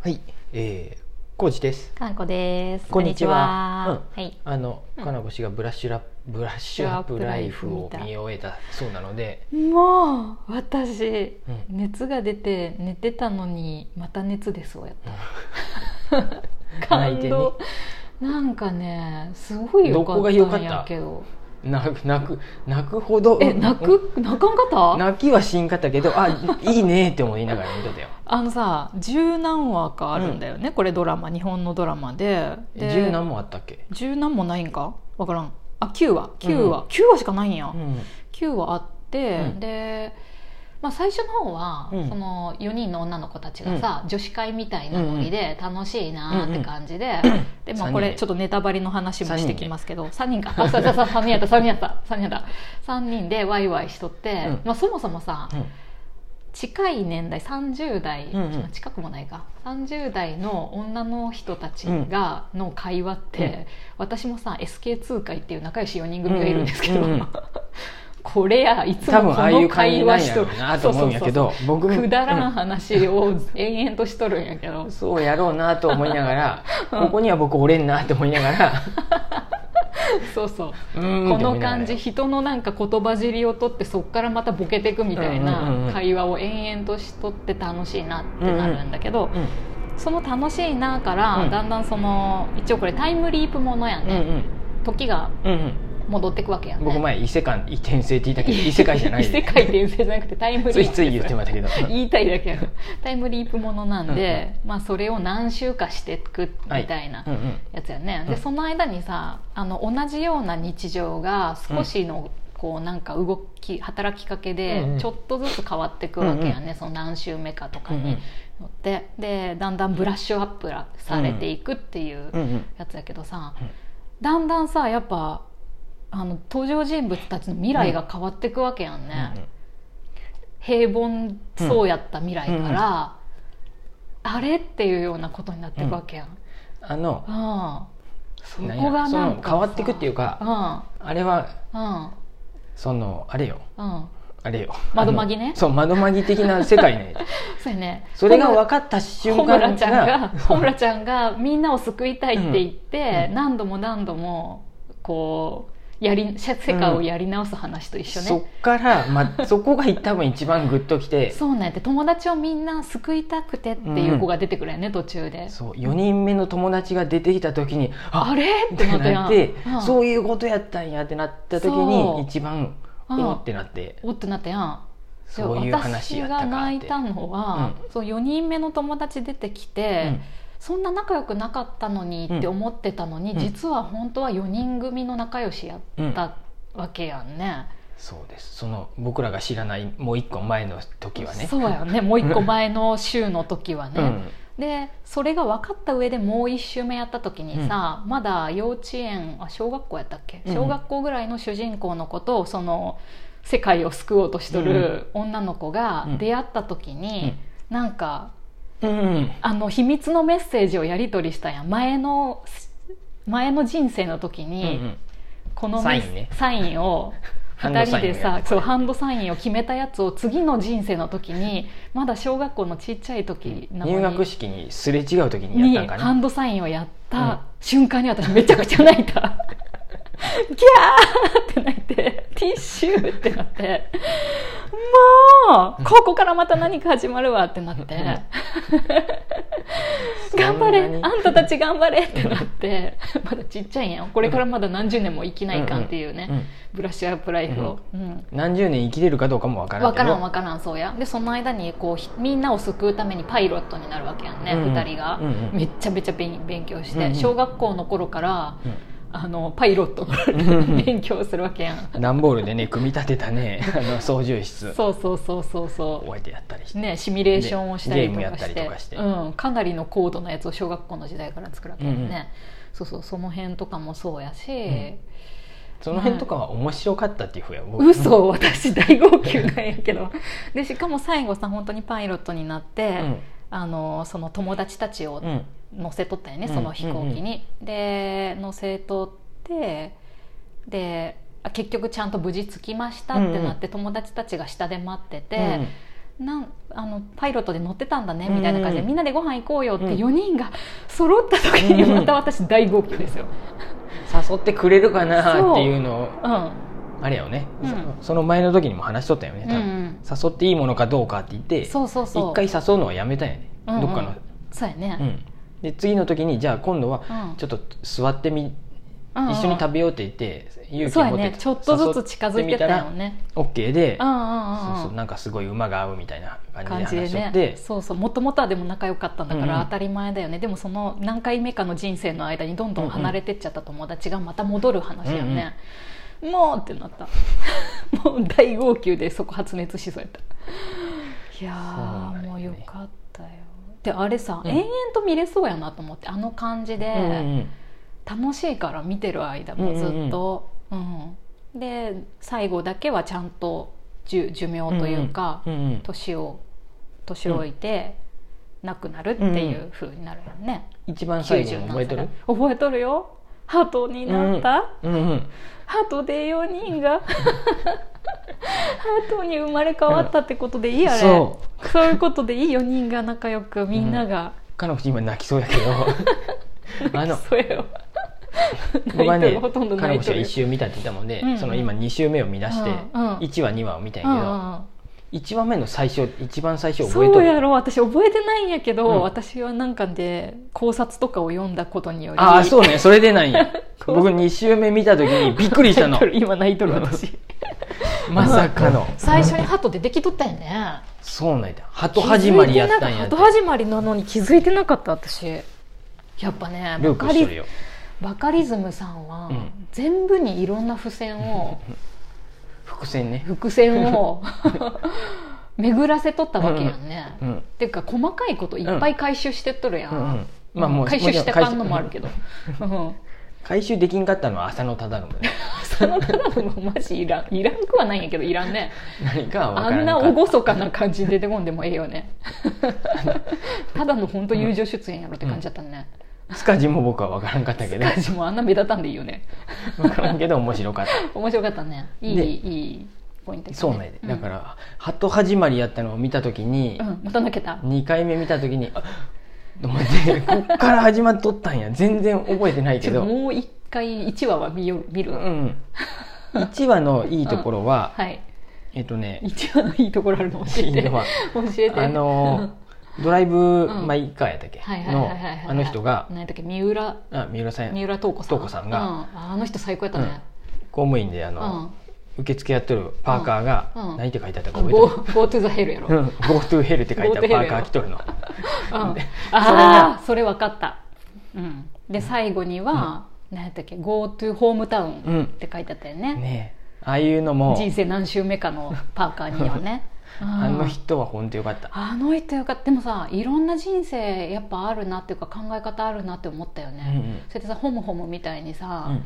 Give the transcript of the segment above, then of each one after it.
はい、えー、コージです。かんこです。こんにちはこんにちはあの、うんかなこ氏がブラッシュラップブラッシュアップライフを見終えたそうなので、はい。もう私うん熱が出て寝てたのにまた熱出そうやった。 泣いて感ね動。なんかねすごい良かどこが良っかたっんたやけど。泣く泣く泣くほど、え泣く泣かんかった？泣きはしんかったけど、あ、いい ねって思いながら見とったよ。あのさ十何話かあるんだよね、これドラマ日本のドラマで。で十何もあったっけ？十何もないんかわからん。あ九話九う話ん九、話しかないんや。うん、 9話あって、うんで、まあ、最初の方は、うんその4人の女の子たちがさ、女子会みたいなノリで楽しいなーって感じで,、で三ま人あ、ねこれちょっとネタバレの話もしてきますけど3人かあそうそうそう3人やった3人やった3人やった3人でワイワイしとって、うんまあ、そもそもさうん、近い年代30代、うんうん近くもないか30代の女の人たちがの会話って、うん私もさ SK2 会っていう仲良し4人組がいるんですけど、うんうんうん これやいつ多も分こああいのう感じ会なん話しやとろるうなと思うんやけそうど、僕そうそうもくだらんうん話を延々としとるんやけどそうやろうなと思いながら、ここには僕おれんなと思いなが ら、そうそうここの感じ人のなんか言葉尻を取ってそこからまたボケていくみたいうんうんうんうなん会話を延々としとって楽しいなってなるんだけど、うんその楽しいなから、うんだんだんその一応これタイムリープものやうんね、時がうんうん戻ってくわけやうねん僕前異世界異転生って言ったけど異世界じゃない異世界転生じゃなくてタイムリープついつい言ってましたけど言いたいだけやろタイムリープものなんで、まあ、それを何週かしていくみたいなうんうんやつやね、うんでその間にさあの同じような日常が少しの、こうなんか動き働きかけうんうでんちょっとずつ変わってくわけやね、その何週目かとかに乗って、でだんだんブラッシュアップされていくっていううんうんやつやけどさ、うんだんだんさやっぱあの登場人物たちの未来が変わっていくわけやんね、平凡そうやった未来から、うんうんあれっていうようなことになっていくわけやん、うんあのそこなんやがそなのんかさ変わってくっていうかあれはうんうんそのあれようんあれよ窓まぎねあのそう窓まぎ的な世 界ねそうやねそれが分かった瞬ほむら間ちゃんががほむらちゃんがみんなを救いたいって言って、うん何度も何度もこうやり世世界をやり直す話と一緒ね、そっからまそこが多分一番グッときてそうなんやって友達をみんな救いたくてっていう子が出てくるよね、途中でそう4人目の友達が出てきた時にあれっってなてったやなんってうんそういうことやったんやってなった時そうに一番うんおってなっておってなったやんそういう話やったかって私が泣いたのは、そう4人目の友達出てきて、そんな仲良くなかったのにって思ってたのに、うん実は本当は4人組の仲良しやったわけやんね、そうですその僕らが知らないもう一個前の時はねそうやねもう一個前の週の時はね、うんでそれが分かった上でもう1周目やった時にさ、まだ幼稚園あ小学校やったっけ、うん小学校ぐらいの主人公の子とその世界を救おうとしとる女の子が出会った時に、なんかうんうんあの秘密のメッセージをやり取りしたやん前の前の人生の時うに、んこのメサイッンねサインを ハン2ドサインを人やでるさそうハンドサインを決めたやつを次の人生の時にまだ小学校のちっちゃい時なのに入学式にすれ違う時ににやったんかハなンドサインをやった、うん瞬間に私めちゃくちゃ泣いた ギャーって泣いてティッシュってなってもうここからまた何か始まるわってなって 頑張れあんたたち頑張れってなってまだちっちゃいんやんこれからまだ何十年も生きないかんっていうね、うんうんブラッシュアップライフを、うん、何十年生きれるかどうかもわからんわけからどんわからんそうやでその間にこうひみんなを救うためにパイロットになるわけやんね、うんうん2人が、うんうんめっちゃめちゃ勉勉強して、うんうん小学校の頃からうんあのパイロットんう のん勉強するわけやん段ボールでね組み立てた ねあの操縦室そうそうそうそうそ覚えてやったりしうてねシミュレーションをしたりでゲとームやっかたしりてとかしてうん、かなりの高度なやつを小学校の時代から作るわけやんね、うんうんそうそうその辺とかもそうやし、んその辺とかは面白かったっていうふうや僕嘘私大号泣なんやけどでしかも最後さ本当にパイロットになって、うんあのその友達たちをうん乗せとったよね、うんその飛行機に、で乗せとってであ結局ちゃんと無事着きましたってなって、友達たちが下で待ってて、なんあのパイロットで乗ってたんだねみたいな感じで、うんみんなでご飯行こうよってうん4人が揃った時にうんまた私大号泣ですよ、誘ってくれるかなっていうのをうんあれやよね、うんそその前の時にも話しとったよねう多んう分、ん、誘っていいものかどうかって言ってそうそうそう一回誘うのはやめたんやね、うんうんどっかの、そうやね、うん、で次の時にじゃあ今度はうんちょっと座ってみ、うんうん一緒に食べようって言って勇気そをうや持って、ねちょっとずつ近づいてたよねオッケーで、うんうんうんうんそうそうなんかすごい馬が合うみたいな感感じじでで話しとっねて、そうそうもともとはでも仲良かったんだかうんうらん当たり前だよね、でもその何回目かの人生の間にどんどん離れてっちゃった友達がまた戻る話よね、もうってなった もう大号泣でそこ発熱しそうやったいやそうなんーよねもうよかったよであれさ、うん延々と見れそうやなと思ってあの感じで、うんうん楽しいから見てる間もずっと、うんで最後だけはちゃんと寿寿命というか、うんうん年を年老いて亡くなるっていう風になるよね、一番最後の90何覚えとる歳覚えとるよハートになった、うんうんハートで4 人がハートに生まれ変わったってことでいいあれ、そそういうことでいい4人が仲良くみんなが、彼女今泣きそうやけ どあのそれを僕は泣いてねるほとんど彼泣い女てがる1周見たって言ったもんで、うんうんその今2周目を見出して、うんうん1話2話を見たんやうけんど、うんうん一番目の最初一番最初覚えそとうやるろ私覚えてないんやけど、うん私はなんかで考察とかを読んだことによりああ そうねそれでなんやこう僕2周目見た時にびっくりしたの 泣いとる今泣いとる私まさかの最初にハト出てきとったよねそうなんや鳩始まりやったんや気づいっててなか鳩始まりなのに気づいてなかった私やっぱねルバープカしリとるよバカリズムさんは、うん全部にいろんな付箋を伏線ね伏線 を巡らせとったわけやんね、うんていうか細かいこといっぱい回収してっとるやん、うんうんまあもう回収しもたちろん回収感のもあるけど、うん回収できんかったのは浅野忠信 ねそのただのもマジいらんいらんくはないんやけどいらんね何かは分あからんんかなった厳かな感じに出てこんでもええ よねただの本当友情出演やろって感じだったね、塚地も僕は分からんかったけど感じもあんな目立たんでいいよね分からんけど面白かった面白かったねいいでいいポイントそうなんやでだから鳩始まりやったのを見た時にらうんまた泣けた2回目見た時にあと思ってこっから始まっとったんや全然覚えてないちけょっとどもう一回一話は見よ見る、うん、1話のいいところは、はいえっとね一話のいいところあるの教えいていのは教えてあのードライブ・マイ・カーやったっけはいはいはいのはいはいあの人が何だっけ三浦あ三浦さんや三公浦透子さん透子さんがうんあの人最高やったね、務員であの、うん受付やってるパーカーが、うんうん何て書いてあったか覚えてゴるー Go to the hell やろ、うん「GoToHell」って書い Go to てあ hell るパーカー着とるのあであーそれ分かった、うん、で最後には、何やったっけ「GoTo ホームタうウン」んって書いてあったよね,、ねえああいうのも人生何周目かのパーカーには ね、うんあの人は本当よかったあの人よかったでもさいろんな人生やっぱあるなっていうか考え方あるなって思ったよね、うんうんそれでさホムホムみたいにさ、うん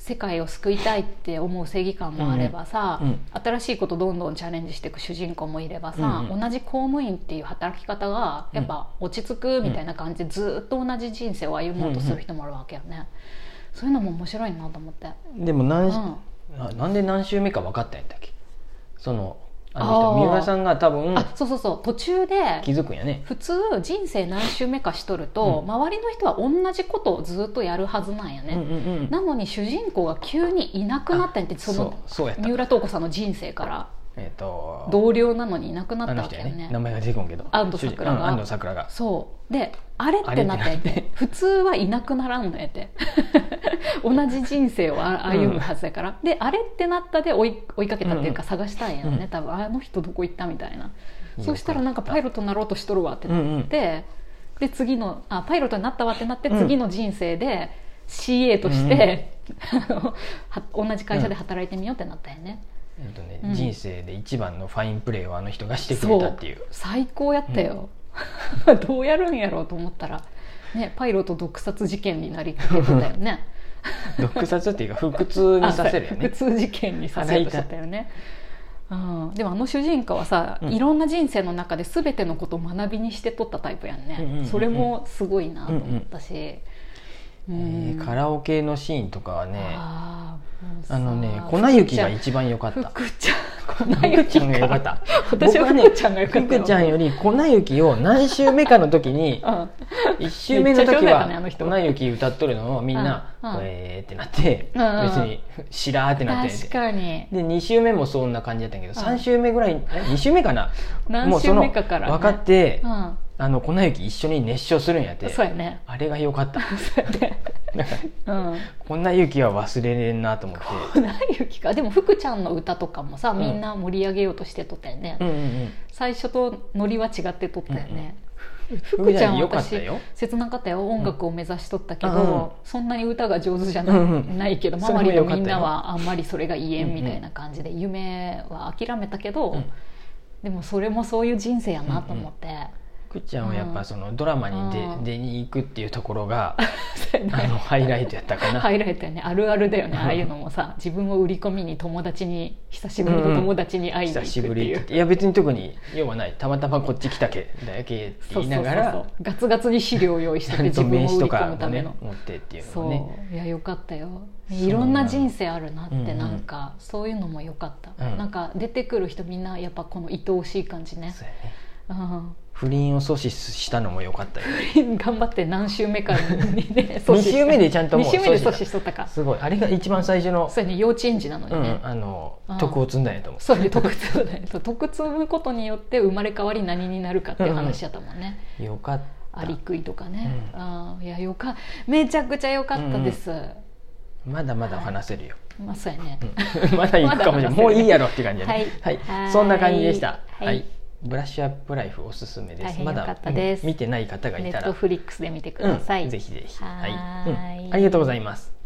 世界を救いたいって思う正義感もあればさ、うんうん新しいことどんどんチャレンジしていく主人公もいればさ、うんうん同じ公務員っていう働き方がやっぱ落ち着くみたいな感じでずっと同じ人生を歩もうとする人もあるわけよね、そういうのも面白いなと思って、でも何、うななんで何周目か分かったんやったっけそのあのあ人ー三浦さんが多分あそうそうそう途中で気づくんやね普通人生何周目かしとると、うん周りの人は同じことをずっとやるはずなんやね、うんうんうんなのに主人公が急にいなくなったんやってそのうそうやった三浦透子さんの人生からえっ、と同僚なのにいなくなあったのわ人けやよねね名前が出てこんけど安藤桜主が人うん安藤桜がそうであれってなったんやっあれってなってて普通はいなくならんのやって 同じ人生をあ歩むはずやから、であれってなったで追い追いかけたっていうかう探したんやうんね多分あの人どこ行ったみたいな、うんそうしたらなんかパイロットになろうとしとるわってうなっんうんて、で次のあパイロットになったわってなってうん次の人生で CA として、あの は同じ会社で働いてみようってなったよね、えっとねうん人生で一番のファインプレーをあの人がしてくれたっていう そ最高やったよ、 どうやるんやろうと思ったら、ね、パイロット毒殺事件になりかけてたよ ね毒殺っていうか不屈にさせるよあねそう普通事件にさせようとしてたよねうん、でもあの主人公はさ、うんいろんな人生の中で全てのことを学びにして取ったタイプやんね、うんうんうんうんそれもすごいなと思ったし、うえんーカラオケのシーンとかはねあーもうさあのね粉雪が一番良かった福ちゃんな福ちゃんがよかった私は僕福ちゃんがよかったよ福ちゃんより粉雪を何週目かの時にうん 1週目の時めっちゃ上手だったねあのは人粉雪歌っとるのをみんなうんうん「えー」ってなってうんうんうん別に「しらー」ってなって確かにで2週目もそんな感じだったんやけどうん3週目ぐらいえ2週目かな何もうその週目かからね分かってうんあの粉雪一緒に熱唱するんやってそうやねあれがよかった そうやねなんか うん粉雪は忘れれんなと思って粉雪かでも福ちゃんの歌とかもさみんな盛り上げようとしてとったよね、うんうんうん最初とノリは違ってとったよね、福ちゃんはよかったよ切なかったよ音楽を目指しとったけど、うんそんなに歌が上手じゃない,、うんうんないけどそれも周りのよかったみよんなはあんまりそれが言えんみたいな感じで、夢は諦めたけど、うんでもそれもそういう人生やなと思って、福ちゃんはやっぱそのドラマに出うん出に行くっていうところがそうや ねあのハイライトやったかなハイライトやねあるあるだよねうんああいうのもさ自分を売り込みに友達に久しぶりの友達に会いに久行くってしぶいりう、っていや別に特に用はないたまたまこっち来たけだけってそう言いながそうそうらそうガツガツに資料を用意しちてゃてんと自分名を刺売とり込かむたもめねの、持ってっていうのもねそういやよかったよそういろんな人生あるなってうんうんなんかそういうのもよかっうんた、なんか出てくる人みんなやっぱこの愛おしい感じねそうやねうん、不倫を阻止したのも良かったよ頑張って何週目かに ね二週目でちゃんともう2週目で阻阻止止ししとったかすごいあれが一番最初のそうやね幼稚園児なのうにね、んあのうん徳を積んだんやと思うそうね得積むね そう得積むことによって生まれ変わり何になるかっていう話やったもんね、よかったアリクイとかね、うあーいやよかめちゃくちゃ良かったです、まだまだ話せるよまあそうやね、うん まだ行くかもしれないもういいやろって感じだねははいいはいそんな感じでしたはいはいブラッシュアップライフおすすめで大す変ま良かだったですうん見てない方がネいたッらトフリックスで見てうください、んぜひぜひはーいはいうんありがとうございます